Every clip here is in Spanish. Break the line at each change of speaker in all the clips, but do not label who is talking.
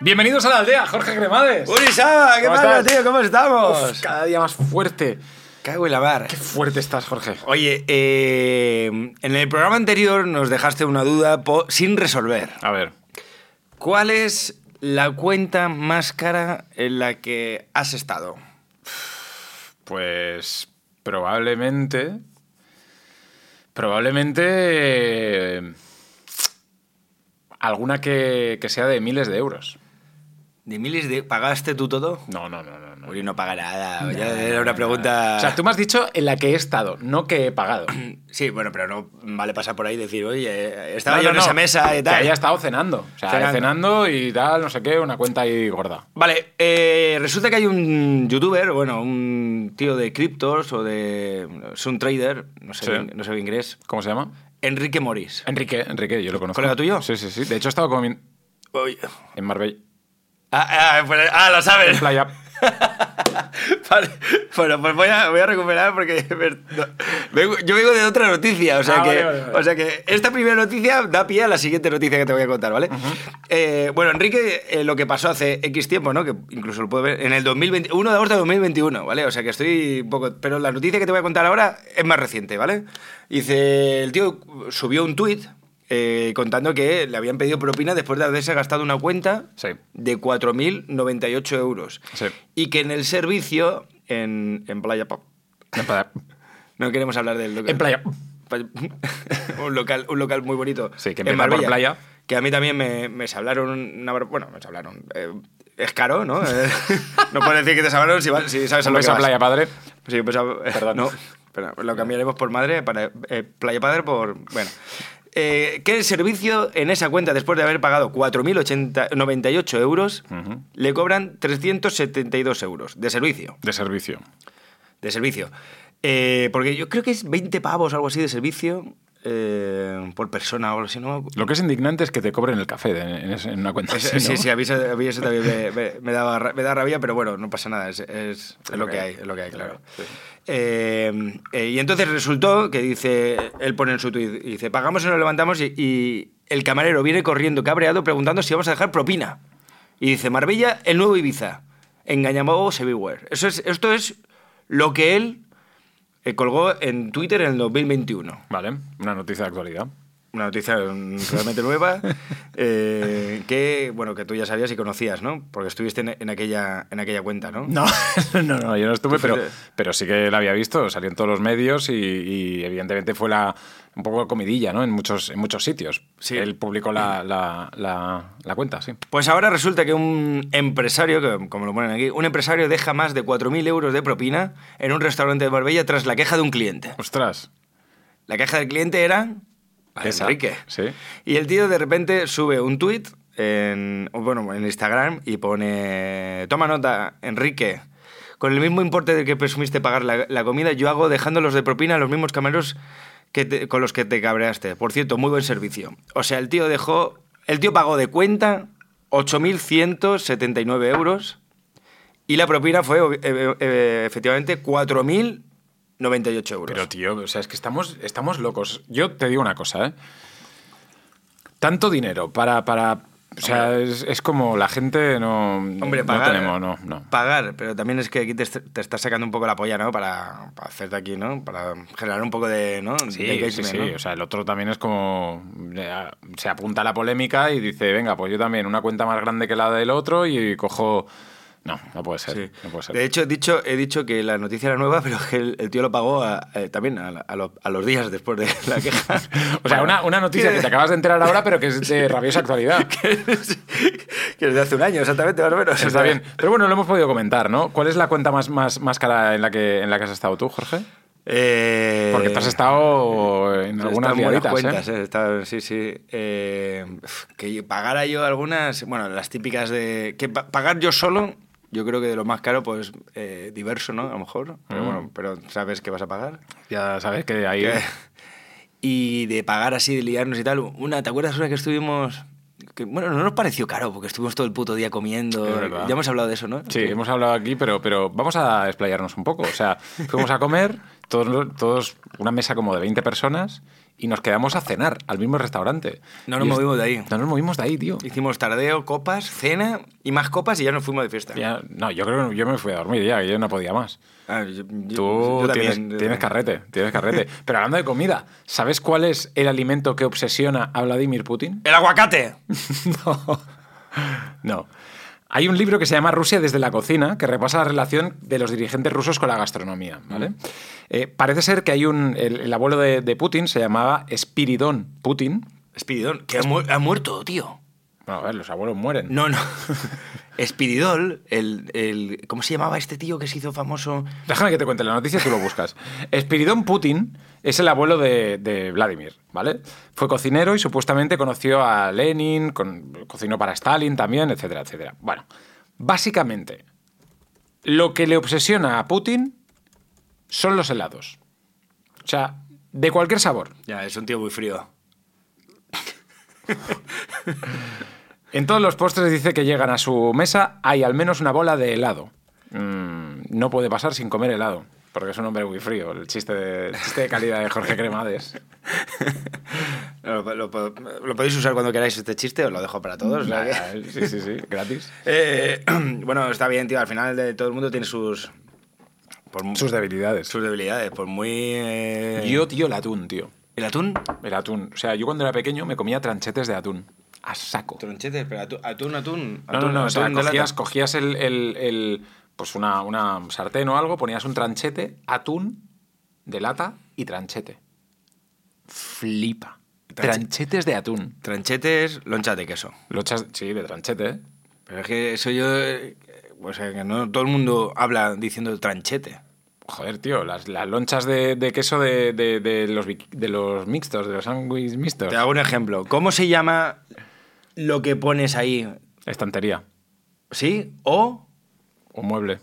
Bienvenidos a la aldea, Jorge Cremades.
Ulisaba, ¿qué
¿Cómo
pasa,
estás?
tío? ¿Cómo estamos?
Uf, cada día más fuerte.
Cago en la mar.
Qué fuerte estás, Jorge.
Oye, eh, en el programa anterior nos dejaste una duda po- sin resolver.
A ver.
¿Cuál es la cuenta más cara en la que has estado?
Pues probablemente. Probablemente. eh, Alguna que, que sea de miles de euros.
¿De miles de... ¿Pagaste tú todo?
No, no, no, no. no.
Uri no paga nada. ya era una pregunta...
O sea, tú me has dicho en la que he estado, no que he pagado.
Sí, bueno, pero no vale pasar por ahí y decir, oye, eh, estaba
No,
yo
no,
en
no,
esa mesa y
que
tal.
haya estado cenando. O sea,
Cenando.
cenando. y tal, no sé qué, una cuenta ahí gorda.
Vale, eh, resulta que hay un youtuber, bueno, un tío de criptos o de... Es un trader, no sé,
Sí.
bien- no sé bien inglés.
¿Cómo se llama?
Enrique Morís.
Enrique, Enrique, yo lo conozco.
¿Colega tuyo?
Sí, sí, sí. De hecho, he estado como en
Oye.
en Marbella.
Ah, ah, pues- ah, lo
En
sabes.
playa.
Vale. Bueno, pues voy a, voy a recuperar porque me- no. Vengo- yo vengo de otra noticia. O sea,
Ah,
que,
vale, vale, vale.
o sea que esta primera noticia da pie a la siguiente noticia que te voy a contar, ¿vale? Eh, bueno, Enrique, eh, lo que pasó hace X tiempo, ¿no? Que incluso lo puedo ver en el 2020, 1 de agosto de 2021, ¿vale? O sea que estoy un poco... Pero la noticia que te voy a contar ahora es más reciente, ¿vale? Dice, el tío subió un tuit eh, contando que le habían pedido propina después de haberse gastado una cuenta
Sí.
de 4.098 euros.
Sí.
Y que en el servicio, en, en Playa Pop,
En playa.
no queremos hablar del local. Pues,
En playa.
un, local, un local muy bonito.
Sí, que
en
empieza por
Marbella,
Playa.
Que a mí también me, me sablaron una bar- Bueno, me sablaron. eh, es caro, ¿no? Eh, no puedes decir que te sablaron si, va- si sabes a
Un
lo que
beso a
vas.
playa, padre.
Sí, yo pensaba-
Perdón.
No, espera, lo cambiaremos por madre, para eh, Playa Padre por. Bueno. Eh, que el servicio en esa cuenta, después de haber pagado 4.098 euros,
Ujú.
le cobran 372 euros de servicio.
De servicio.
De servicio. Eh, porque yo creo que es 20 pavos o algo así de servicio eh, por persona o algo así, ¿no?
Lo que es indignante es que te cobren el café de- en, ese- en una cuenta.
Es-
así, ¿no?
Sí, sí, a mí eso, a mí eso también me, me- me daba ra- me da rabia, pero bueno, no pasa nada, es, es- es lo que hay, es lo que hay, claro. Eh, eh, y entonces resultó que dice, él pone en su tuit, y dice, pagamos y nos levantamos y, y el camarero viene corriendo cabreado preguntando si vamos a dejar propina. Y dice, Marbella, el nuevo Ibiza, engañamos everywhere. Eso es, esto es lo que él eh, colgó en Twitter en el 2021
Vale, una noticia de actualidad.
una noticia mm, realmente nueva eh, que bueno que tú ya sabías y conocías no porque estuviste en, en aquella en aquella cuenta no
No, no, no, yo no estuve,
Tú
pero,
fuiste-
pero sí que la había visto, salió en todos los medios y, y evidentemente fue la un poco comidilla, ¿no? En muchos, en muchos sitios.
Sí.
Él publicó la, la- la- la cuenta, sí.
pues ahora resulta que un empresario que, como lo ponen aquí un empresario deja más de 4.000 euros de propina en un restaurante de Marbella tras la queja de un cliente
Ostras.
la queja del cliente era
Esa.
Enrique
Sí.
y el tío de repente sube un tuit en bueno en Instagram y pone toma nota Enrique con el mismo importe del que presumiste pagar la, la comida yo hago dejándolos de propina a los mismos camareros que te- con los que te cabreaste por cierto muy buen servicio o sea el tío dejó el tío pagó de cuenta 8.179 euros y la propina fue obvi- eh, eh, efectivamente 4.098 euros
Pero tío, o sea, es que estamos, estamos locos. Yo te digo una cosa, ¿eh? Tanto dinero para... para o sea, es, es como la gente no...
Hombre,
no
pagar.
tenemos, no, no.
Pagar, pero también es que aquí te, est- te estás sacando un poco la polla, ¿no? Para, para hacerte aquí, ¿no? Para generar un poco de, ¿no? de
Sí, sí,
engagement,
sí.
¿no?
O sea, el otro también es como. eh, a- Se apunta a la polémica y dice, venga, pues yo también, una cuenta más grande que la del otro y cojo. No, no puede ser.
Sí.
No puede ser.
De hecho, he dicho, he dicho que la noticia era nueva, pero que el, el tío lo pagó a- eh, también a, la- a lo- a los días después de la queja.
o sea, una, una noticia que te acabas de enterar ahora, pero que es de rabiosa actualidad.
que es de hace un año, exactamente, más o menos.
Está bien. Pero bueno, lo hemos podido comentar, ¿no? ¿Cuál es la cuenta más, más, más cara en la, que, en la que has estado tú, Jorge?
Eh,
Porque te has estado en
Están
algunas
buenas
liaditas, ¿eh?
cuentas, ¿eh? Están- sí, sí. Eh, uf, que yo pagara yo algunas, bueno, las típicas de... Que pa- pagar yo solo, yo creo que de lo más caro, pues eh, diverso, ¿no? A lo mejor.
Mm.
Pero bueno, pero sabes que vas a pagar.
Ya sabes que ahí.
Que- y de pagar así, de liarnos y tal. Una, ¿te acuerdas una que estuvimos... Que, bueno, no nos pareció caro porque estuvimos todo el puto día comiendo.
Es verdad.
Ya hemos hablado de eso, ¿no?
Sí,
Que-
hemos hablado aquí, pero, pero vamos a explayarnos un poco. O sea, fuimos a comer, todos, todos una mesa como de 20 personas, y nos quedamos a cenar al mismo restaurante.
No nos
Y es-
movimos de ahí.
No nos movimos de ahí, tío.
Hicimos tardeo, copas, cena y más copas y ya nos fuimos de fiesta.
Ya- no, yo creo que yo me fui a dormir ya, que yo no podía más.
Ah, yo- yo-
Tú
yo
tienes,
también- eh, yo
tienes
también.
carrete, tienes carrete. Pero hablando de comida, ¿sabes cuál es el alimento que obsesiona a Vladimir Putin?
¡El aguacate!
No. No. Hay un libro que se llama Rusia desde la cocina, que repasa la relación de los dirigentes rusos con la gastronomía. ¿vale? Eh, parece ser que hay un. El, el abuelo de, de Putin se llamaba Spiridón Putin.
Espiridón, que ha, mu- ha muerto, tío.
Bueno, a ver, los abuelos mueren.
No, no. Espiridol, el, el- ¿Cómo se llamaba este tío que se hizo famoso?
Déjame que te cuente la noticia, tú lo buscas. Espiridón Putin es el abuelo de, de Vladimir, ¿vale? Fue cocinero y supuestamente conoció a Lenin, con- cocinó para Stalin también, etcétera, etcétera. Bueno, básicamente, lo que le obsesiona a Putin son los helados. O sea, de cualquier sabor.
Ya, es un tío muy frío.
En todos los postres dice que llegan a su mesa, hay al menos una bola de helado. Mm, no puede pasar sin comer helado, porque es un hombre muy frío. El chiste de, el chiste de calidad de Jorge Cremades.
Lo, lo- lo podéis usar cuando queráis este chiste, os lo dejo para todos. o sea que-
Nah, eh, sí, sí, sí, gratis.
Eh, bueno, está bien, tío. Al final de todo el mundo tiene sus. por mu-
Sus debilidades.
sus debilidades. Por muy. eh,
Yo, tío, el atún, tío.
¿El atún?
El atún. O sea, yo cuando era pequeño me comía tranchetes de atún. A saco.
Tronchetes, pero atu- atún, atún.
No, no,
atún,
no. O sea,
atún de lata.
cogías, cogías el, el- el- pues una, una sartén o algo, ponías un tranchete, atún, de lata y tranchete. Flipa. Tranchetes de atún.
Tranchetes, lonchas de queso.
Lo echas- sí, de tranchete, ¿eh?
Pero es que eso yo. eh, O sea, que no todo el mundo habla diciendo tranchete.
Joder, tío, las, las lonchas de, de queso de, de- de los, biqui- de los mixtos, de los sándwiches mixtos.
Te hago un ejemplo. ¿Cómo se llama lo que pones ahí?
Estantería.
¿Sí? O
O mueble.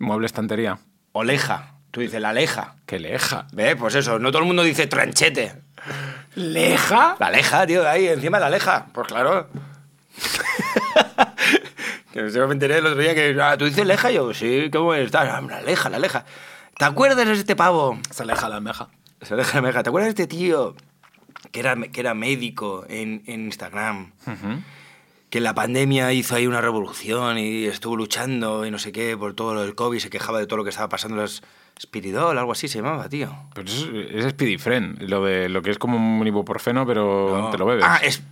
Mueble estantería.
oleja. Tú dices la leja.
¡Qué leja!
¿Ves? Pues eso, no todo el mundo dice tranchete.
¿Leja?
La leja, tío, ahí, encima la leja. Pues claro. que yo me enteré el otro día que, ah, ¿tú dices leja? Y Yo, sí, ¿cómo estás? Ah, La leja, la leja. ¿Te acuerdas de este pavo?
Se aleja la almeja.
Se deja la meja. ¿Te acuerdas de este tío que era, que era médico en, en Instagram? Que en la pandemia hizo ahí una revolución y estuvo luchando y no sé qué por todo lo del COVID, se quejaba de todo lo que estaba pasando. Los Spiridol, algo así se llamaba, tío.
Pero eso es, es Spidifren, lo, de, lo que es como un ibuprofeno, pero
No.
te lo bebes.
Ah, es.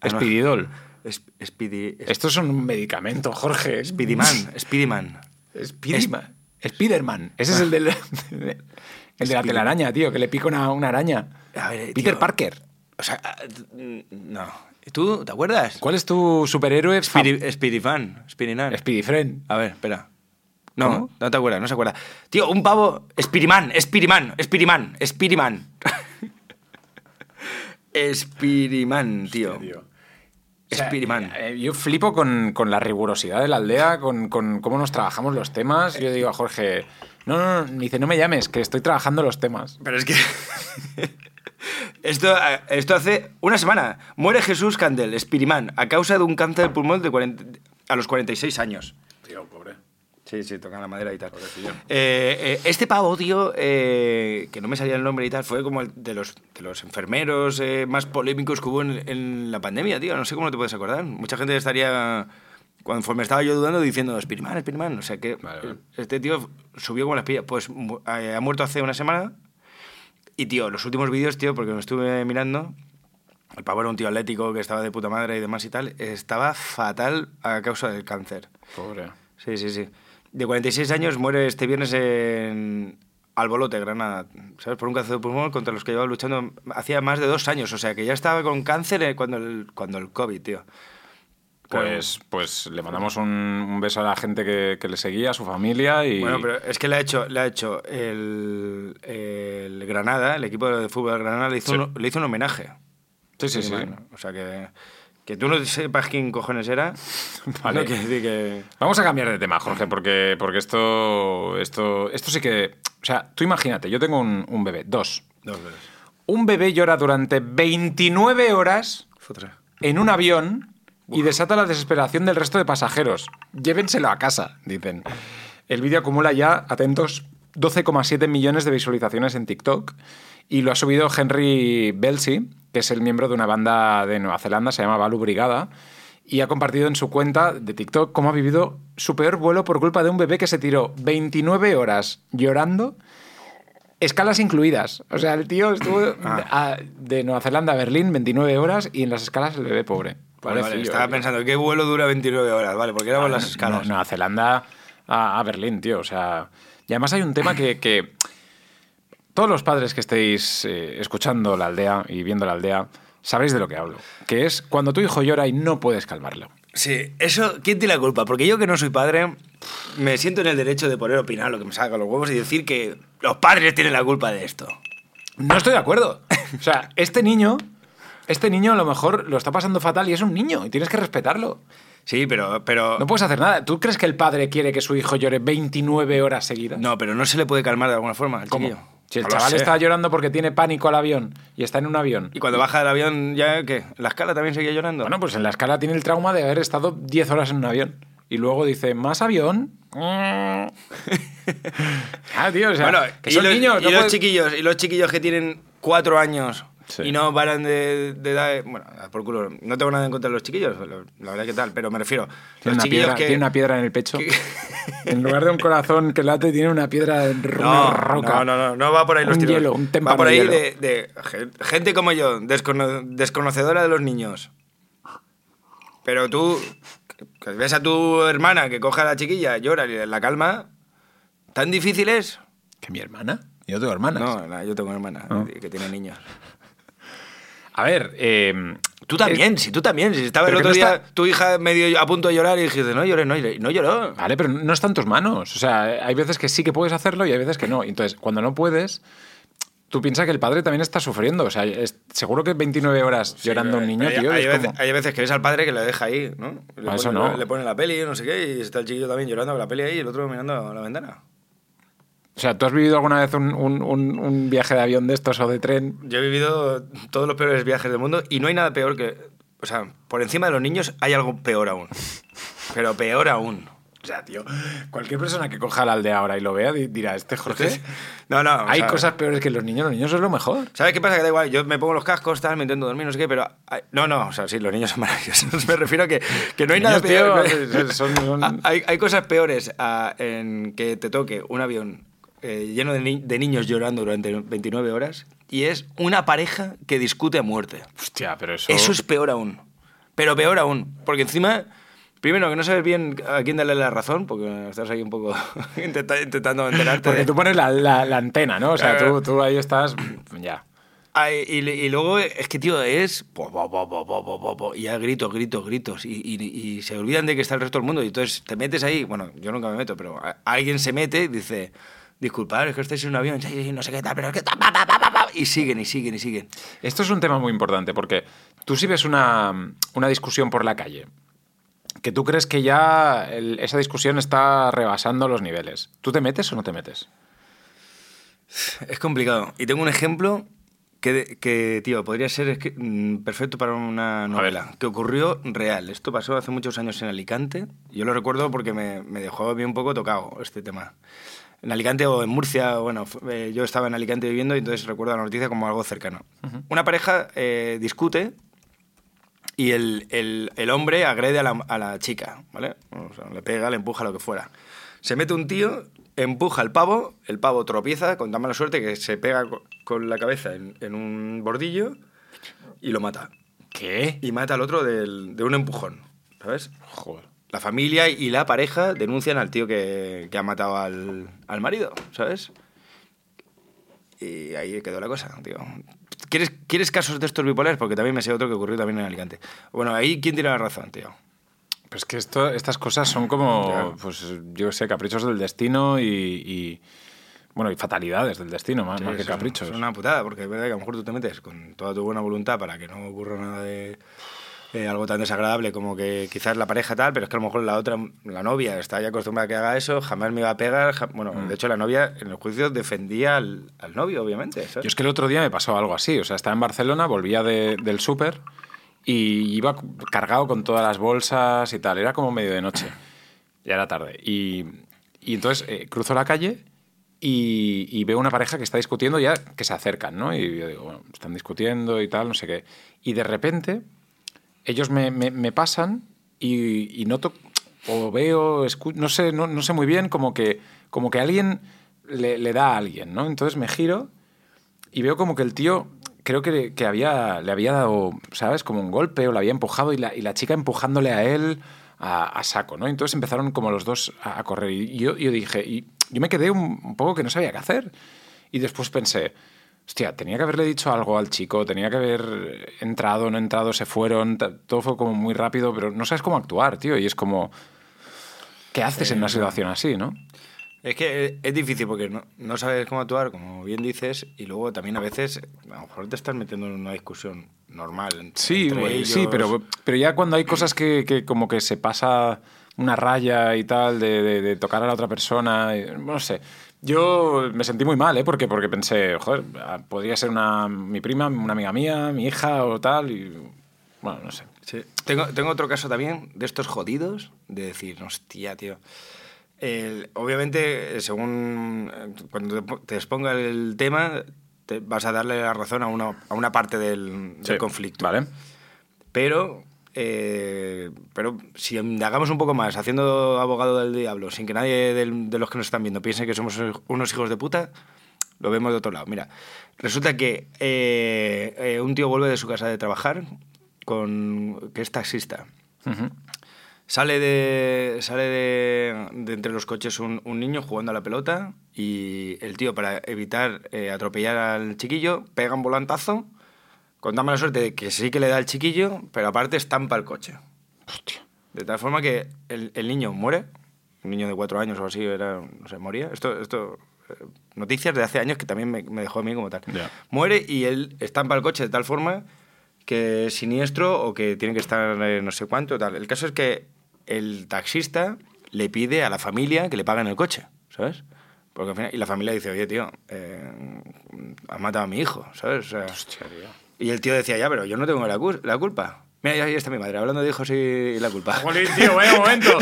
ah, no.
Spididol.
Es- Speedy. es-
Esto es un medicamento, Jorge.
Speedyman. Speedyman.
Spiderman. Spiderman. Ese es el del. el de la
Spider-
telaraña, tío, que le pica una, una araña.
A ver, eh,
Peter
tío.
Parker.
O sea, ah, t- no. ¿Tú te acuerdas?
¿Cuál es tu superhéroe?
Speedy, Speedyman. Speedyman.
Spidifren.
A ver, espera. No,
¿Cómo?
no te acuerdas, no se acuerda. Tío, un pavo. Spiriman, Spiriman, Spiriman, Spiriman. Spiriman, tío.
O sea,
Spiriman.
eh, yo flipo con, con la rigurosidad de la aldea, con, con cómo nos trabajamos los temas. Yo digo a Jorge, no, no, no, me dice, no me llames, que estoy trabajando los temas.
Pero es que. Esto, eh, esto hace una semana. Muere Jesús Candel, Spiriman, a causa de un cáncer de pulmón de 40 a los 46 años.
Tío, pobre.
Sí, sí, tocan la madera y tal. Eh, eh, este pavo, tío, eh, que no me salía el nombre y tal, fue como el de los, de los enfermeros eh, más polémicos que hubo en, en la pandemia, tío. No sé cómo no te puedes acordar. Mucha gente estaría, cuando me estaba yo dudando, diciendo, Spiriman, Spiriman. O sea que
Vale, vale.
este tío subió como las pillas. Pues mu- eh, ha muerto hace una semana. Y, tío, los últimos vídeos, tío, porque me estuve mirando, el pavo era un tío atlético que estaba de puta madre y demás y tal, estaba fatal a causa del cáncer.
Pobre.
Sí, sí, sí. De 46 años muere este viernes en Albolote, Granada. ¿Sabes? Por un cáncer de pulmón contra los que llevaba luchando hacía más de dos años. O sea, que ya estaba con cáncer eh, cuando el, cuando el COVID, tío. Claro.
Pues, pues le mandamos un, un beso a la gente que, que le seguía, a su familia y.
Bueno, pero es que le ha hecho, le ha hecho el, el Granada, el equipo de fútbol de Granada, le hizo,
Sí.
un, le hizo un homenaje.
Sí, sí, sí.
Bueno, O sea, que, que tú no sepas quién cojones era.
Vale.
no quiere decir que...
Vamos a cambiar de tema, Jorge, porque, porque esto, esto, esto sí que. O sea, tú imagínate, yo tengo un, un bebé, dos.
Dos veces.
Un bebé llora durante 29 horas
Fotra.
en un avión y desata la desesperación del resto de pasajeros. Llévenselo a casa, dicen. El vídeo acumula ya, atentos, 12,7 millones de visualizaciones en TikTok y lo ha subido Henry Belsey, que es el miembro de una banda de Nueva Zelanda, se llama Balu Brigada, y ha compartido en su cuenta de TikTok cómo ha vivido su peor vuelo por culpa de un bebé que se tiró 29 horas llorando, escalas incluidas. O sea, el tío estuvo
Ah.
a- de Nueva Zelanda a Berlín 29 horas y en las escalas el bebé pobre.
Pues Vale, vale,
Pobrecillo,
estaba
tío.
pensando, ¿qué vuelo dura 29 horas? Vale, porque éramos las escalas.
eh. No, Nueva Zelanda a, a Berlín, tío. O sea. Y además hay un tema que. que todos los padres que estéis eh, escuchando la aldea y viendo la aldea sabréis de lo que hablo. Que es cuando tu hijo llora y no puedes calmarlo.
Sí, eso, ¿quién tiene la culpa? Porque yo que no soy padre, me siento en el derecho de poder opinar lo que me salga a los huevos y decir que los padres tienen la culpa de esto.
No estoy de acuerdo. O sea, este niño. Este niño a lo mejor lo está pasando fatal y es un niño y tienes que respetarlo.
Sí, pero, pero
No
no,
puedes hacer nada. ¿Tú crees que el padre quiere que su hijo llore 29 horas seguidas?
pero no se le puede calmar de alguna forma al
¿Cómo?
chiquillo.
Si el
No lo
chaval
sé.
está llorando porque tiene pánico al avión y está en un avión
Y cuando baja del avión, ¿ya qué? ¿La escala también seguía llorando?
Bueno, pues en la escala tiene el trauma de haber estado 10 horas en un avión. Y luego dice, ¿más avión? ah, tío, o sea,
Bueno,
que
y
son
los,
niños.
y
no
los
pueden-
chiquillos, y los chiquillos que tienen cuatro años
Sí.
y no paran de, de dar... Bueno, por culo, no tengo nada en contra de los chiquillos, lo- la verdad que tal, pero me refiero...
Tiene
los
una,
chiquillos
piedra,
que...
tiene una piedra en el pecho. En lugar de un corazón que late, tiene una piedra en
No,
una roca.
No, no, no, no va por ahí los
Un
tiros.
hielo, un témpano
va por
de
ahí
hielo.
de, de gen- gente como yo, descono- desconocedora de los niños. Pero tú, que- que ves a tu hermana que coja a la chiquilla, llora y la calma, ¿tan difícil es?
¿Que mi hermana? Yo tengo hermanas.
No, la- yo tengo una hermana
Ah.
que tiene niños.
A ver, eh,
Tú también, sí, tú también. Si estaba el
Pero que
otro
no
día
está-
tu hija medio a punto de llorar y dijiste, no llores, no, llores", y no lloró.
Vale, pero no está en tus manos. O sea, hay veces que sí que puedes hacerlo y hay veces que no. Entonces, cuando no puedes, tú piensas que el padre también está sufriendo. O sea, es- seguro que 29 horas llorando un niño,
hay,
tío.
Hay
es
veces,
como-
hay veces que ves al padre que le deja ahí, ¿no? Le,
Ah, eso
pone,
no.
le pone la peli, no sé qué, y está el chiquillo también llorando con la peli ahí y el otro mirando a la ventana.
O sea, ¿tú has vivido alguna vez un, un- un- un viaje de avión de estos o de tren?
Yo he vivido todos los peores viajes del mundo y no hay nada peor que. O sea, por encima de los niños hay algo peor aún. Pero peor aún.
O sea, tío, cualquier persona que coja la aldea ahora y lo vea di- dirá, este Jorge,
No, no. o
hay
sea,
cosas peores que los niños. Los niños es lo mejor.
¿Sabes qué pasa? Que da igual, yo me pongo los cascos, tal, me intento dormir, no sé qué, pero... ay, no, no, o sea, sí, los niños son maravillosos. Me refiero a que, que no hay nada
Niños, tío,
peor.
es- son- son-
Ah, Hay, hay cosas peores ah, en que te toque un avión eh, lleno de, ni- de niños llorando durante 29 horas y es una pareja que discute a muerte.
Hostia, pero eso...
Eso es peor aún. Pero peor aún. Porque encima, primero, que no sabes bien a quién darle la razón, porque estás ahí un poco intenta- intentando enterarte.
Porque
de-
tú pones la, la- la antena, ¿no? O sea,
Claro.
tú, tú ahí estás... Ya.
Ay, Ah, eh, y, le- y luego es que, tío, es... po, po, po, po, po, po, po, po, y ya gritos, gritos, gritos. Y, y- y se olvidan de que está el resto del mundo. Y entonces te metes ahí. Bueno, yo nunca me meto, pero a- alguien se mete y dice... Disculpad, es que estáis en un avión, sí, sí, no sé qué tal, pero es que... ta, pa, pa, pa, pa, pa", Y siguen, y siguen, y siguen.
Esto es un tema muy importante porque tú si ves una, una discusión por la calle, que tú crees que ya el- esa discusión está rebasando los niveles, ¿tú te metes o no te metes?
Es complicado. Y tengo un ejemplo que, de- que, tío, podría ser es que, mm, perfecto para una novela. Que ocurrió real. Esto pasó hace muchos años en Alicante. Yo lo recuerdo porque me, me dejó a mí un poco tocado este tema. En Alicante o en Murcia, bueno, fu- eh, yo estaba en Alicante viviendo y entonces recuerdo la noticia como algo cercano. Una pareja eh, discute y el, el- el hombre agrede a la, a la chica, ¿vale? O sea, le pega, le empuja, lo que fuera. Se mete un tío, empuja al pavo, el pavo tropieza con tan mala suerte que se pega co- con la cabeza en, en un bordillo y lo mata.
¿Qué?
Y mata al otro del- de un empujón, ¿sabes?
Joder.
La familia y la pareja denuncian al tío que, que ha matado al, al marido, ¿sabes? Y ahí quedó la cosa, tío. ¿Quieres, ¿Quieres casos de estos bipolares? Porque también me sé otro que ocurrió también en Alicante. Bueno, ahí quién tiene la razón, tío.
Pues que esto, estas cosas son como,
Ya.
pues yo qué sé, caprichos del destino y, y, bueno, y fatalidades del destino, más, más que
Es un-
caprichos.
Es una putada, porque es verdad que a lo mejor tú te metes con toda tu buena voluntad para que no ocurra nada de eh, algo tan desagradable como que quizás la pareja tal, pero es que a lo mejor la otra, la novia, está ya acostumbrada a que haga eso, jamás me iba a pegar. ja- Bueno,
Mm.
de hecho la novia en el juicio defendía al, al novio, obviamente. ¿sabes?
Yo es que el otro día me pasó algo así. O sea, estaba en Barcelona, volvía de- del súper y iba cargado con todas las bolsas y tal. Era como medio de noche. Ya era tarde. Y, y entonces eh, cruzo la calle y, y veo una pareja que está discutiendo ya que se acercan, ¿no? Y yo digo, bueno, están discutiendo y tal, no sé qué. Y de repente ellos me, me- me pasan y, y noto o veo, escu- no sé, no, no sé muy bien, como que, como que alguien le, le da a alguien, ¿no? Entonces me giro y veo como que el tío creo que, que había, le había dado, ¿sabes? Como un golpe o le había empujado y la, y la chica empujándole a él a, a saco, ¿no? Entonces empezaron como los dos a, a correr y yo, yo dije, y yo me quedé un, un poco que no sabía qué hacer y después pensé, hostia, tenía que haberle dicho algo al chico, tenía que haber entrado, no entrado, se fueron, ta- todo fue como muy rápido, pero no sabes cómo actuar, tío, y es como... ¿Qué haces en una situación así, no?
Es que eh, es difícil porque no, no sabes cómo actuar, como bien dices, y luego también a veces, a lo mejor te estás metiendo en una discusión normal. en-
Sí,
entre
güey,
ellos.
sí, pero, pero ya cuando hay cosas que, que como que se pasa una raya y tal, de, de- de tocar a la otra persona, y- no sé. Yo me sentí muy mal, ¿eh? Porque, porque pensé, joder, ah, podría ser una, mi prima, una amiga mía, mi hija o tal, y bueno, no sé.
Sí. Tengo, tengo otro caso también de estos jodidos, de decir, hostia, tío. El- obviamente, eh, según eh, cuando te po- te exponga el tema, te vas a darle la razón a una, a una parte del, del
Sí,
conflicto.
Vale.
Pero, eh, pero si indagamos un poco más, haciendo abogado del diablo, sin que nadie del- de los que nos están viendo piense que somos unos hijos de puta, lo vemos de otro lado. Mira, resulta que eh, eh, un tío vuelve de su casa de trabajar, con, que es taxista.
Ujú.
Sale de, sale de, de entre los coches un, un niño jugando a la pelota y el tío, para evitar eh, atropellar al chiquillo, pega un volantazo con tan mala suerte de que sí que le da al chiquillo, pero aparte estampa el coche. De tal forma que el, el niño muere, un niño de cuatro años o así, era, no sé, moría. Esto, esto eh, noticias de hace años que también me, me dejó a mí como tal.
Ya.
Muere y él estampa el coche de tal forma que es siniestro o que tiene que estar eh, no sé cuánto. Tal. El caso es que el taxista le pide a la familia que le paguen el coche, ¿sabes? Porque al final, y la familia dice, oye, tío, eh, has matado a mi hijo, ¿sabes? O sea, y el tío decía, ya, pero yo no tengo la, cul- la culpa. Mira, ya- ahí está mi madre, hablando de hijos y, y la culpa.
Jolín, tío, vaya momento.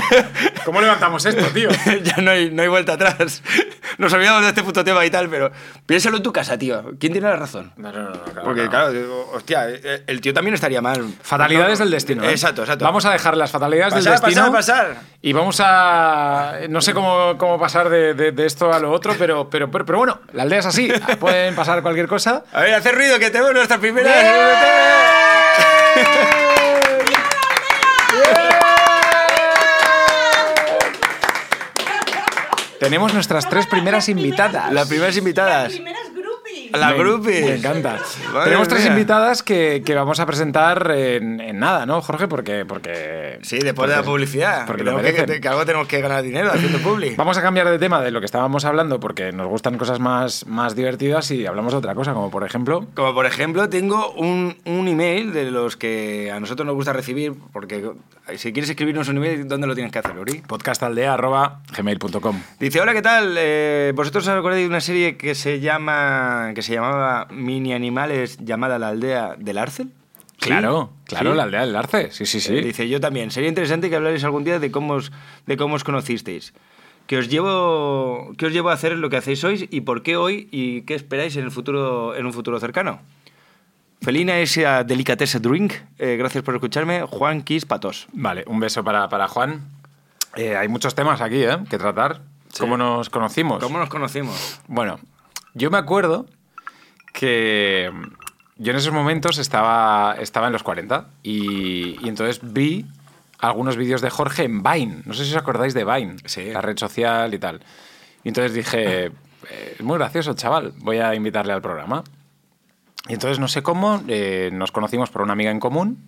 ¿Cómo levantamos esto, tío?
ya no hay, no hay vuelta atrás. Nos olvidamos de este puto tema y tal, pero piénsalo en tu casa, tío. ¿Quién tiene la razón?
No, no, no, no, claro,
Porque,
no.
claro, digo, hostia, eh, el tío también estaría mal.
Fatalidades
No,
del destino. ¿eh?
Exacto, exacto.
Vamos a dejar las fatalidades
Pasar,
del destino.
pasar, pasar.
Y vamos a. No sé cómo, cómo pasar de, de- de esto a lo otro, pero, pero, pero, pero bueno, la aldea es así. Pueden pasar cualquier cosa. ¡Eh!
A ver, hacer ruido, que tenemos nuestra primera.
Tenemos nuestras tres primeras invitadas.
Las primeras
Las
invitadas.
primeras groupies.
La
Me-
groupie.
Me encanta.
Madre
Tenemos tres
mía.
invitadas que, que vamos a presentar en, en nada, ¿no, Jorge? Porque. porque
Sí, después de la
porque-
publicidad.
Porque lo
tenemos que,
merecen.
que algo tenemos que ganar dinero haciendo public.
Vamos a cambiar de tema de lo que estábamos hablando porque nos gustan cosas más, más divertidas y hablamos de otra cosa, como por ejemplo.
Como por ejemplo, tengo un, un email de los que a nosotros nos gusta recibir, porque si quieres escribirnos un email, ¿dónde lo tienes que hacer, Uri?
podcastaldea.gmail.com
Dice, hola, ¿qué tal? Eh, ¿Vosotros os acordáis de una serie que se llama que se llamaba Mini Animales llamada La Aldea del Arcel?
Claro,
¿Sí?
claro,
¿Sí?
la aldea del arce. Sí, sí, sí.
Eh, dice, yo también. Sería interesante que hablarais algún día de cómo os, de cómo os conocisteis. ¿Qué os, llevo, ¿Qué os llevo a hacer lo que hacéis hoy y por qué hoy y qué esperáis en, el futuro, en un futuro cercano? Felina es a Delicatese Drink. Eh, gracias por escucharme. Juan Quis Patos.
Vale, un beso para, para Juan. Eh, hay muchos temas aquí, ¿eh? Que tratar. ¿Cómo nos conocimos?
¿Cómo nos conocimos?
Bueno, yo me acuerdo que yo en esos momentos estaba, estaba en los 40 y, y entonces vi algunos vídeos de Jorge en Vine. No sé si os acordáis de Vine,
Sí.
la red social y tal. Y entonces dije, "Eh, es muy gracioso el chaval, voy a invitarle al programa. Y entonces no sé cómo, eh, nos conocimos por una amiga en común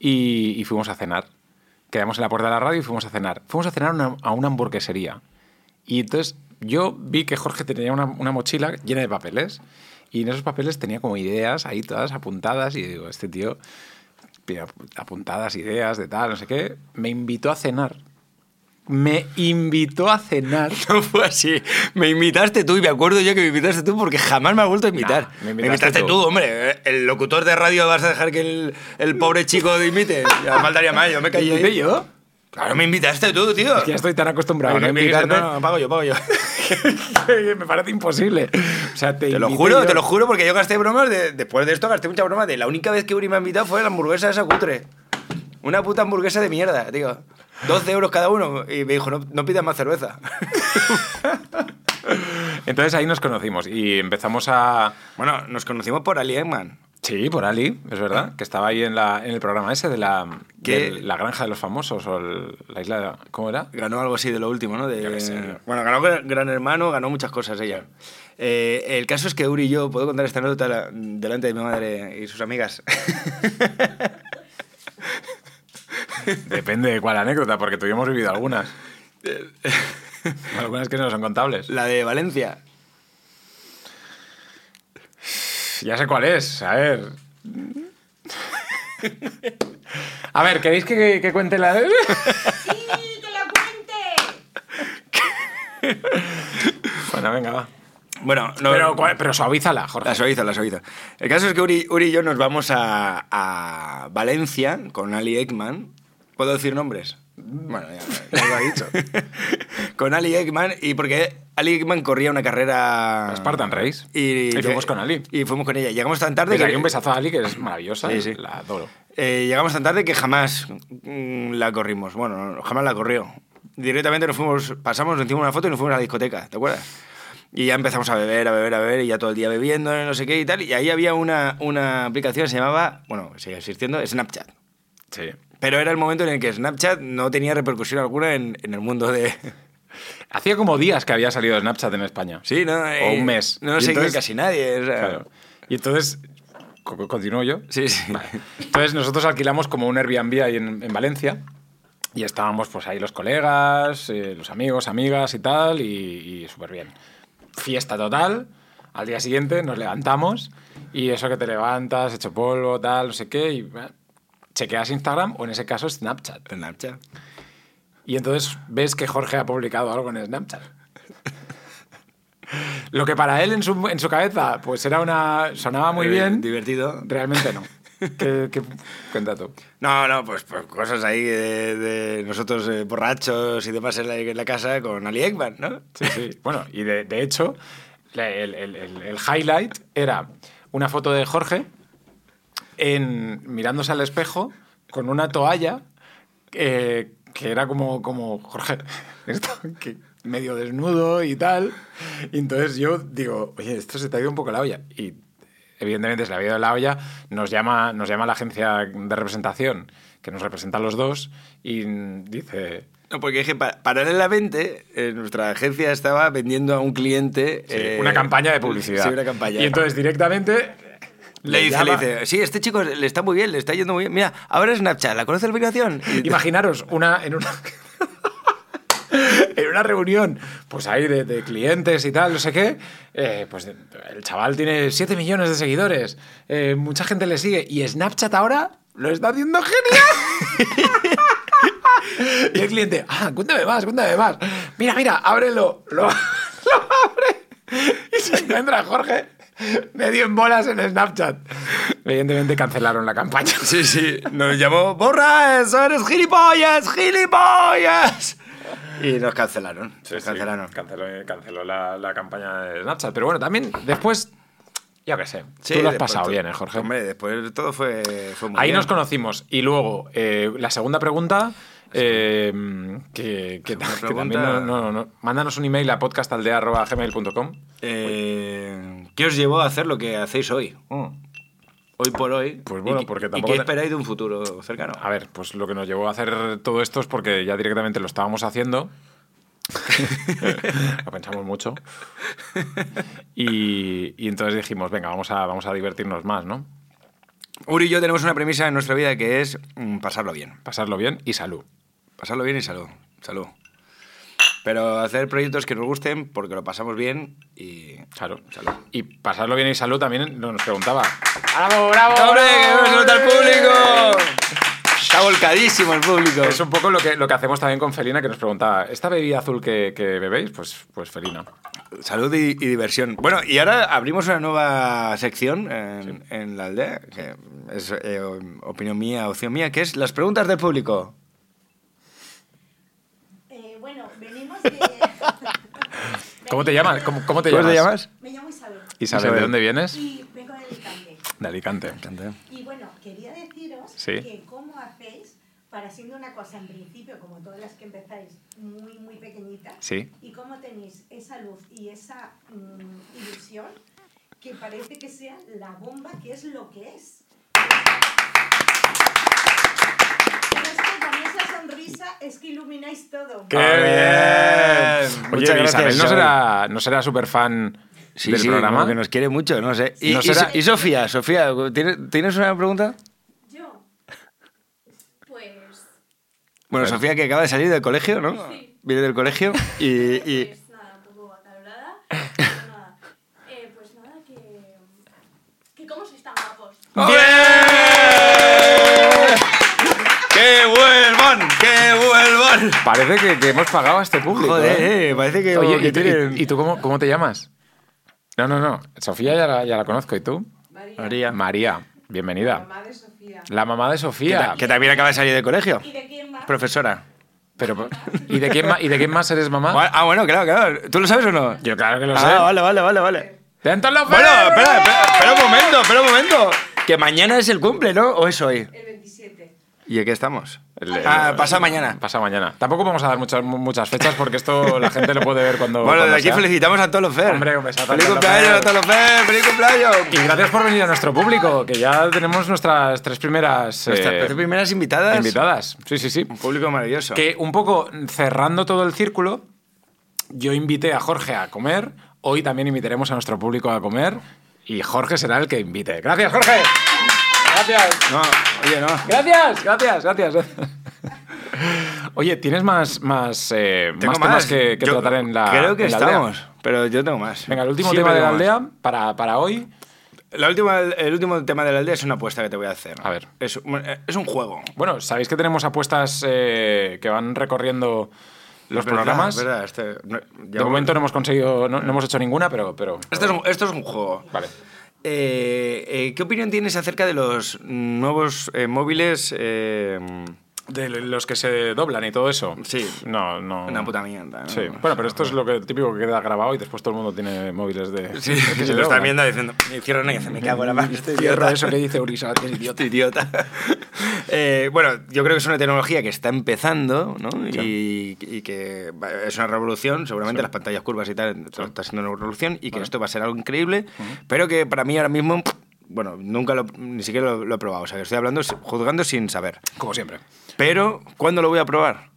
y, y fuimos a cenar. Quedamos en la puerta de la radio y fuimos a cenar. Fuimos a cenar a una- a una hamburguesería. Y entonces yo vi que Jorge tenía una, una mochila llena de papeles y en esos papeles tenía como ideas ahí todas apuntadas y yo digo, este tío tiene ap- apuntadas ideas de tal, no sé qué. Me invitó a cenar. Me invitó a cenar.
No fue así. Me invitaste tú y me acuerdo yo que me invitaste tú porque jamás me has vuelto a invitar.
Nah,
me,
me
invitaste
invitaste
tú.
tú.
hombre. Eh, El locutor de radio vas a dejar que el, el pobre chico te imite. Ya faltaría más, yo me
¿Qué
callé.
yo?
Claro, me invitaste tú, tío.
Ya estoy tan acostumbrado
Ay,
a no
me dijiste,
invitarte.
no, no, pago yo, pago yo.
me parece imposible. O sea, te,
Te lo
invité
juro,
yo-
te lo juro, porque yo gasté bromas. de- después de esto gasté mucha broma. De la única vez que Uri me ha invitado fue la hamburguesa esa cutre. Una puta hamburguesa de mierda, tío. 12 euros cada uno. Y me dijo, no, no pidas más cerveza.
Entonces ahí nos conocimos y empezamos a.
bueno, nos conocimos por Ali Eggman.
Sí, por Ali, es verdad, que estaba ahí en, la, en el programa ese de la,
¿Qué?
del- la granja de los famosos o el- la isla de... ¿Cómo era?
Ganó algo así de lo último, ¿no? De-
Yo qué sé, yo.
bueno, ganó Gran- Gran Hermano, ganó muchas cosas ella. Eh, el caso es que Uri y yo, puedo contar esta anécdota la- delante de mi madre y sus amigas.
Depende de cuál anécdota, porque tuvimos vivido algunas. algunas que no son contables.
la de Valencia.
Ya sé cuál es, a ver. A ver, ¿queréis que, que cuente la de...?
¡Sí, que lo cuente!
bueno, venga, va.
Bueno, no,
Pero, cua- pero suavízala, Jorge.
La suaviza, la suaviza. El caso es que Uri, Uri y yo nos vamos a, a Valencia con Ali Ekman. ¿Puedo decir nombres? Bueno, ya, ya lo he dicho. con Ali Ekman y porque Ali Ekman corría una carrera...
Spartan Race. Y fuimos con Ali.
Y fuimos con ella. Llegamos tan tarde
Desde
que...
aquí un besazo a Ali, que es maravillosa.
Sí, sí.
La adoro.
Eh, llegamos tan tarde que jamás mm, la corrimos. Bueno, no, jamás la corrió. Directamente nos fuimos, pasamos, nos hicimos una foto y nos fuimos a la discoteca, ¿te acuerdas? Y ya empezamos a beber, a beber, a beber, y ya todo el día bebiendo, no sé qué y tal. Y ahí había una, una aplicación que se llamaba, bueno, sigue existiendo, Snapchat.
Sí.
Pero era el momento en el que Snapchat no tenía repercusión alguna en, en el mundo de...
Hacía como días que había salido Snapchat en España.
Sí, ¿no? Eh,
un mes.
No
Y
sé
entonces-
casi nadie. o sea,
Claro. Y entonces, co- co- ¿continúo yo?
Sí, sí.
Entonces nosotros alquilamos como un Airbnb ahí en, en Valencia y estábamos pues ahí los colegas, eh, los amigos, amigas y tal, y, y súper bien. Fiesta total, al día siguiente nos levantamos y eso que te levantas, hecho polvo, tal, no sé qué, y eh, chequeas Instagram o en ese caso Snapchat.
Snapchat.
Y entonces ves que Jorge ha publicado algo en Snapchat. Lo que para él en su, en su cabeza pues era una sonaba muy
Eh,
bien,
Divertido.
realmente no. ¿Qué, qué- cuenta tú?
No, no, pues, pues cosas ahí de, de nosotros eh, borrachos y demás en la, en la casa con Ali Ekman, ¿no?
Sí, sí. Bueno, y de, de hecho, la- el, el- el- el highlight era una foto de Jorge en, mirándose al espejo con una toalla eh, que era como, como Jorge, esto, que medio desnudo y tal. Y entonces yo digo, oye, esto se te ha ido un poco la olla. Y evidentemente se le había ido la olla, nos llama, nos llama la agencia de representación que nos representa a los dos y dice...
No, porque dije, pa- paralelamente, eh, nuestra agencia estaba vendiendo a un cliente...
Sí,
eh,
una campaña de publicidad.
Sí, una campaña.
Y entonces directamente
le dice,
llama-
le dice, sí, este chico le está muy bien, le está yendo muy bien. Mira, ahora es Snapchat, ¿la conoce la aplicación? Y-
Imaginaros una en una en una reunión, pues ahí de, de clientes y tal, no sé qué, eh, pues el chaval tiene 7 millones de seguidores, eh, mucha gente le sigue y Snapchat ahora lo está haciendo genial. y el cliente, ah, cuéntame más, cuéntame más. Mira, mira, ábrelo, lo, lo abre y se encuentra a Jorge medio en bolas en Snapchat. Evidentemente cancelaron la campaña.
Sí, sí, nos llamó, borra eso, eres gilipollas, gilipollas. Y nos cancelaron,
Sí,
nos
sí,
cancelaron.
canceló eh, canceló la, la campaña de Snapchat. Pero bueno, también después, yo qué sé,
Sí,
tú lo has
después
pasado
to-
bien, ¿eh, Jorge?
Hombre, después todo fue, fue muy
Ahí
bien.
nos conocimos. Y luego, eh, la segunda pregunta, eh, que, que-
Segunda
que
pregunta.
también no, no- no- mándanos un email a podcastaldea.gmail.com.
Eh, ¿Qué os llevó a hacer lo que hacéis hoy? Hoy por hoy.
Pues bueno,
¿Y-
porque
y
tampoco
qué
te-
esperáis de un futuro cercano?
A ver, pues lo que nos llevó a hacer todo esto es porque ya directamente lo estábamos haciendo. lo pensamos mucho. Y, y entonces dijimos, venga, vamos a, vamos a divertirnos más, ¿no?
Uri y yo tenemos una premisa en nuestra vida que es mm, pasarlo bien.
Pasarlo bien y salud.
Pasarlo bien y salud. Salud. Pero hacer proyectos que nos gusten porque lo pasamos bien y.
Claro. Y pasarlo bien y salud también nos preguntaba. ¡Bravo, bravo!
¡Hombre, que
bravo!
vamos a saludar al público! Está volcadísimo el público.
Es un poco lo que, lo que hacemos también con Felina, que nos preguntaba, ¿esta bebida azul que, que bebéis? Pues, pues Felina.
Salud y, y diversión. Bueno, y ahora abrimos una nueva sección en, en la aldea, que es eh, opinión mía, opción mía, que es las preguntas del público.
Eh, bueno, venimos de...
¿Cómo te llamas? ¿Cómo, cómo te
¿Cómo
llamas?
te llamas?
Me llamo Isabel
Isabel, ¿de
Isabel.
dónde vienes?
y vengo de Alicante.
De Alicante.
Y bueno, quería deciros
Sí.
que cómo hacéis para haciendo una cosa en principio, como todas las que empezáis, muy, muy pequeñita,
Sí.
y cómo tenéis esa luz y esa mm, ilusión que parece que sea la bomba que es lo que es. Pero es que con esa sonrisa es que ilumináis todo.
¡Qué
Ah,
bien!
bien.
Oye,
Muchas gracias,
Isabel, ¿no
Isabel.
será, no será súper fan
Sí,
del
sí,
programa?
como que nos quiere mucho, no sé. Y,
No
y-
será-
y Sofía, Sofía, ¿tienes, tienes una pregunta?
Yo. Pues.
Bueno, Sofía, que acaba de salir del colegio, ¿no?
Sí.
Viene del colegio y... y-
Pues nada, un poco acalorada. pero nada. Eh, pues nada, que. Que cómo sois tan guapos.
¡Bien! ¡Que vuelvan! ¡Que vuelvan!
Parece que, que hemos pagado a este público.
Joder,
¿eh?
eh, parece que,
Oye,
que
¿y, tú-
tienen...
y- y tú cómo, cómo te llamas? No, no, no. Sofía ya la, ya la conozco. ¿Y tú?
María.
María, bienvenida.
Mamá de Sofía.
La mamá de
Que,
Sofía.
ta- que también acaba de salir del colegio.
¿Y de quién más?
Profesora.
Pero, ¿y, de quién, ma- ¿Y de quién más eres mamá?
Ah, bueno, claro, claro. ¿Tú lo sabes o no?
Yo claro que lo sé.
Ah, vale, vale, vale, vale.
¡Dentro los Ah,
Bueno,
Ferrer!
espera, espera, espera un momento, espera un momento. Que mañana es el cumple, ¿no? ¿O es hoy?
El 27.
¿Y aquí estamos?
El- el-
Ah, pasa mañana.
Pasa mañana. Tampoco vamos a dar muchas, mu- muchas fechas porque esto la gente lo puede ver cuando.
Bueno,
cuando
de aquí
sea.
felicitamos a todos los Fer.
Hombre, un besazo a
¡Feliz
Tolo
cumpleaños
Fer. Eh,
a todos los Fer! ¡Feliz cumpleaños!
Y gracias por venir a nuestro público, que ya tenemos nuestras tres primeras
Nuestras
eh,
tres primeras invitadas.
invitadas. Sí, sí, sí.
Un público maravilloso.
Que un poco cerrando todo el círculo, yo invité a Jorge a comer. Hoy también invitaremos a nuestro público a comer. Y Jorge será el que invite. Gracias, Jorge. Gracias.
No, oye, no.
Gracias, gracias, gracias. Oye, ¿tienes más, más, eh, más temas que, que
Yo
tratar en la.
Creo que
en la aldea?
estamos, pero yo tengo más.
Venga, el último
Siempre
tema de la
tengo más.
aldea para, para hoy.
La última, el último tema de la aldea es una apuesta que te voy a hacer.
A ver.
Es, un- es un juego.
Bueno, sabéis que tenemos apuestas eh, que van recorriendo los
Es verdad,
programas.
es verdad, este, no-
De
ya-
momento no hemos conseguido, no, no hemos hecho ninguna, pero. pero
Esto Este es un, esto es un juego.
Vale.
Eh, eh, ¿Qué opinión tienes acerca de los nuevos eh, móviles? eh,
De los que se doblan y todo eso.
Sí.
No, no.
Una puta mierda, ¿no?
Sí. Bueno, pero esto es lo que típico que queda grabado y después todo el mundo tiene móviles de.
sí,
que
que
se
se lo están
doblan.
viendo diciendo, me cierran y dicen, me cago en la mano, este
Cierro
idiota".
eso que dice Urisa, que es idiota.
Este idiota. Eh, bueno, yo creo que es una tecnología que está empezando, ¿no? Y, y que va- es una revolución, seguramente las pantallas curvas y tal to- está siendo una revolución y que esto va a ser algo increíble, pero que para mí ahora mismo, bueno, nunca lo, ni siquiera lo, lo he probado, o sea, que estoy hablando, si- juzgando sin saber.
Como siempre.
Pero, ¿cuándo lo voy a probar?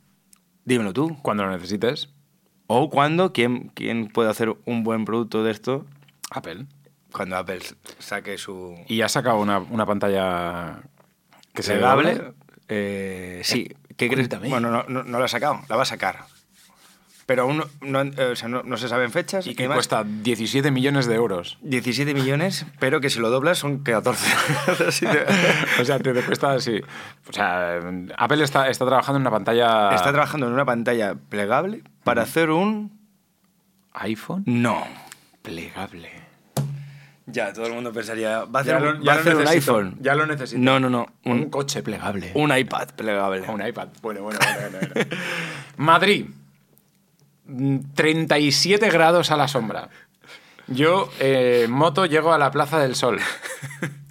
Dímelo tú.
Cuando lo necesites,
¿O cuándo? ¿Quién, quién puede hacer un buen producto de esto?
Apple.
Cuando Apple saque su...
Y ha sacado una, una pantalla que se
¿Plegable?
doble.
Eh, sí. ¿Qué crees? Bueno, no, no, no la ha sacado, la va a sacar. Pero aún no, no- eh, o sea, no- no se saben fechas.
Y
ni
que
más.
cuesta 17 millones de euros.
17 millones, pero que si lo doblas son 14. Así que-
O sea, te, te cuesta así. O sea, Apple está, está trabajando en una pantalla.
Está trabajando en una pantalla plegable para hacer un...
iPhone
No.
plegable.
Ya, todo el mundo pensaría, va a hacer,
Ya lo,
un,
ya
va a
lo
hacer un
necesito,
iPhone.
Ya lo necesito.
No, no, no.
Un,
Un,
coche plegable.
un iPad plegable.
Un iPad. Bueno, bueno, bueno. bueno, bueno. Madrid. Mm, 37 grados a la sombra. Yo, eh, en moto, llego a la Plaza del Sol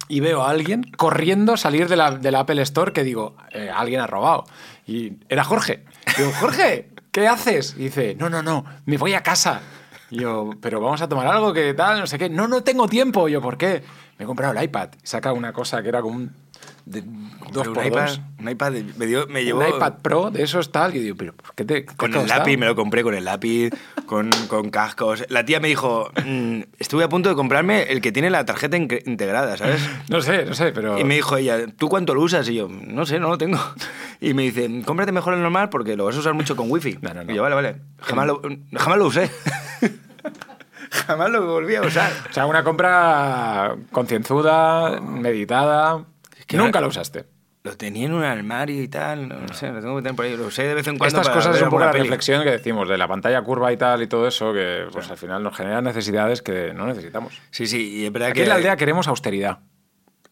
y veo a alguien corriendo salir de la, de la Apple Store que digo, eh, alguien ha robado. Y era Jorge. Digo, Jorge, ¿qué haces? Y dice, no, no, no, me voy a casa. Y yo, pero vamos a tomar algo, que tal, no sé qué. No, no tengo tiempo. Y yo, ¿por qué? Me he comprado el iPad. Saca una cosa que era como un... De, dos
Compré
por
un iPad,
dos
un iPad me, dio- me llevó...
un iPad Pro de esos tal. Y digo, pero ¿por qué te.?
Con
qué
el
costaba?
lápiz, me lo compré con el lápiz, con, con cascos. La tía me dijo, "Mm, estuve a punto de comprarme el que tiene la tarjeta incre- integrada, ¿sabes?
No sé, no sé, pero.
Y me dijo ella, ¿tú cuánto lo usas? Y yo, no sé, no lo tengo. Y me dice, cómprate mejor el normal porque lo vas a usar mucho con wifi.
No, no, no.
Y yo, vale, vale. Jamás lo, jamás lo usé. jamás lo volví a usar.
O sea, una compra concienzuda, meditada.
que
Nunca lo
ahora-
usaste.
Lo tenía en un armario y tal, no, sé, lo tengo que tener por ahí. Lo usé de vez en cuando
Estas
para
cosas
ver
es un poco
alguna
la
peli.
reflexión que decimos de la pantalla curva y tal y todo eso, que pues, al final nos genera necesidades que no necesitamos.
Sí, sí, y es verdad
Aquí
que...
en la aldea queremos austeridad.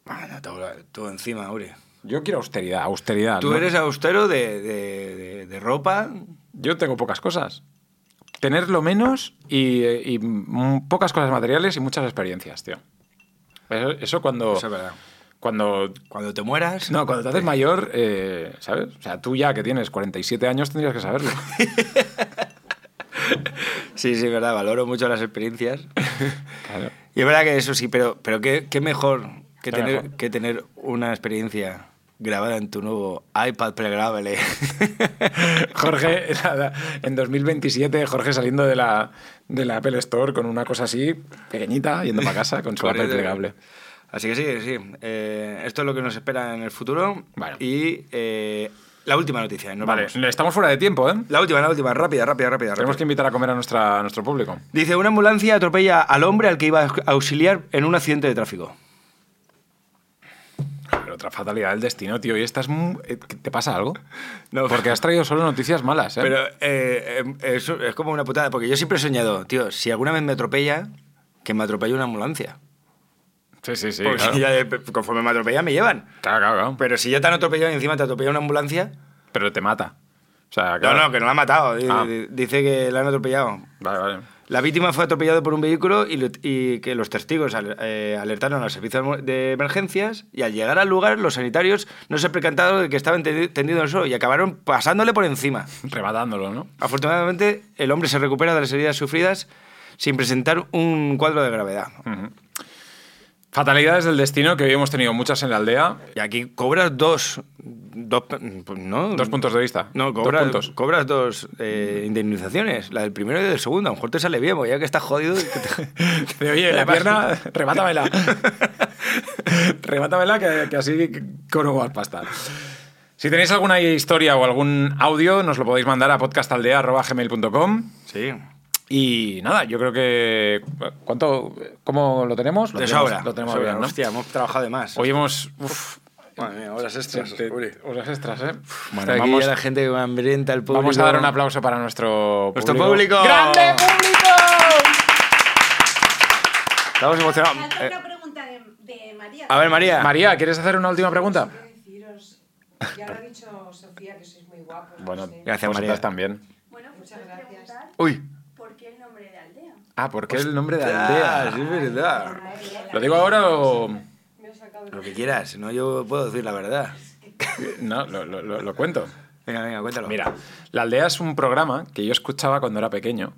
Bueno, tú, tú encima, Uri.
Yo quiero austeridad, austeridad.
Tú
¿no? Oh.
eres austero de, de- de- de ropa.
Yo tengo pocas cosas. Tener lo menos y, eh, y mm, pocas cosas materiales y muchas experiencias, tío. Eso, eso cuando.
Eso es verdad.
Cuando.
Cuando te mueras.
No, cuando te haces mayor, eh, ¿sabes? O sea, tú ya que tienes 47 años tendrías que saberlo.
Sí, sí, es verdad, valoro mucho las experiencias.
Claro.
Y es verdad que eso sí, pero, pero qué, qué mejor que
Está
tener,
mejor.
que tener una experiencia grabada en tu nuevo iPad plegable.
Jorge, nada, en 2027, Jorge saliendo de la, de la Apple Store con una cosa así, pequeñita, yendo para casa con su Apple
Correcto.
plegable.
Así que sí, sí. eh, esto es lo que nos espera en el futuro.
Vale.
Y eh, la última noticia. nos
Vale,
vamos.
estamos fuera de tiempo, ¿eh?
La última, la última. Rápida, rápida, rápida.
Tenemos
rápida.
que invitar a comer a, nuestra, a nuestro público.
Dice, una ambulancia atropella al hombre al que iba a auxiliar en un accidente de tráfico.
Joder, otra fatalidad del destino, tío. ¿Y estás mu- eh, ¿Te pasa algo?
No.
Porque has traído solo noticias malas, ¿eh?
Pero eh, em, eso es como una putada, porque yo siempre he soñado, tío, si alguna vez me atropella, que me atropelle una ambulancia.
Sí, sí, sí.
porque
Claro.
ya de- conforme me atropella, me llevan.
Claro, claro, claro. Pero,
Pero si ya te han atropellado y encima te atropella una ambulancia.
te mata. O sea,
No,
claro.
no, que no la ha matado. di-
Ah.
di- Dice que la han atropellado.
Vale, vale.
La víctima fue atropellada por un vehículo y, lo- y que los testigos al- eh, alertaron al servicio de emergencias y al llegar al lugar los sanitarios no se percataron de que estaba ente- tendido en el suelo y acabaron pasándole por encima.
Rebatándolo, ¿no?
Afortunadamente, el hombre se recupera de las heridas sufridas sin presentar un cuadro de gravedad.
Hmm. Fatalidades del destino, que hoy hemos tenido muchas en la aldea.
Y aquí cobras dos... dos pues, ¿no?
Dos puntos de vista.
No,
Dos
cobras
puntos.
dos, cobras dos eh, indemnizaciones, la del primero y del segundo. A lo mejor te sale bien, porque ya que estás jodido... que te-
De, oye, la
Además-
pierna, remátamela. remátamela que, que así cobro más pasta. Si tenéis alguna historia o algún audio, nos lo podéis mandar a podcastaldea.gmail.com
Sí.
y nada, yo creo que... ¿Cuánto? ¿Cómo lo tenemos? Lo
De
tenemos-
sobra.
Lo tenemos
de sobra.
bien, ¿no?
Hostia, hemos trabajado de más.
Hoy hemos... Uf,
Madre mía, horas extras.
te-
Uri.
horas extras, ¿eh? Uf,
Bueno,
hasta aquí
vamos,
ya
la gente que hambrienta, el público...
Vamos a dar un aplauso para nuestro público.
Nuestro público.
¡Grande público!
Estamos emocionados.
Hago
Eh,
una pregunta de, de María.
a ver, María.
María, ¿quieres hacer una última pregunta?
Quiero deciros, ya lo ha dicho Sofía, que sois muy guapos. no
Bueno,
sé.
Gracias,
vosotras
María.
también.
Bueno, pues
Muchas
puedes
gracias.
preguntar
Uy.
por qué el nombre de aldea.
Ah, porque es el nombre de
Ah, sí,
aldea.
es verdad.
¿Lo digo ahora o.?
Me he sacado
Lo que quieras, no yo puedo decir la verdad.
No, lo, lo- lo- lo cuento.
Venga, venga, cuéntalo.
Mira, La Aldea es un programa que yo escuchaba cuando era pequeño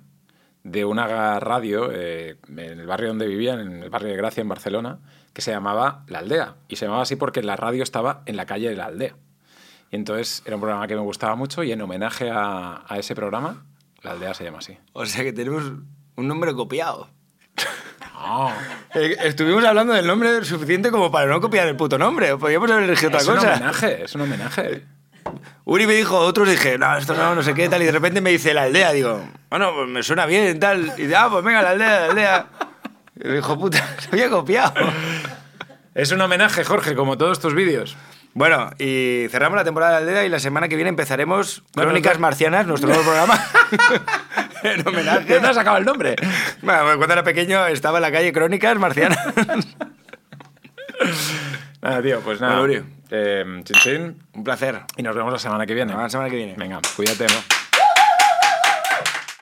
de una radio eh, en el barrio donde vivía, en el barrio de Gracia, en Barcelona, que se llamaba La Aldea. Y se llamaba así porque la radio estaba en la calle de La Aldea. Y entonces era un programa que me gustaba mucho y en homenaje a, a ese programa, La Aldea se llama así.
O sea que tenemos un nombre copiado.
No,
Eh, estuvimos hablando del nombre suficiente como para no copiar el puto nombre. Podríamos haber elegido otra
es un
cosa.
homenaje, es un homenaje.
Uri me dijo, otros dije, no, esto no, no sé qué, tal. Y de repente me dice la aldea. Digo, bueno, pues me suena bien, tal. Y dice, ah, pues venga, la aldea, la aldea. Y dijo, puta, se había copiado.
Es un homenaje, Jorge, como todos tus vídeos.
Bueno, y cerramos la temporada de la aldea y la semana que viene empezaremos
Bueno,
Crónicas
no-
Marcianas, nuestro nuevo programa. en
¿De
homenaje.
dónde has sacado el nombre?
Bueno, cuando era pequeño estaba en la calle Crónicas Marcianas.
Nada, tío, pues nada.
Bueno, Uri.
Eh, chin, chin.
Un placer.
Y nos vemos la semana que viene.
Nos vemos la semana que viene.
Venga, cuídate, ¿no?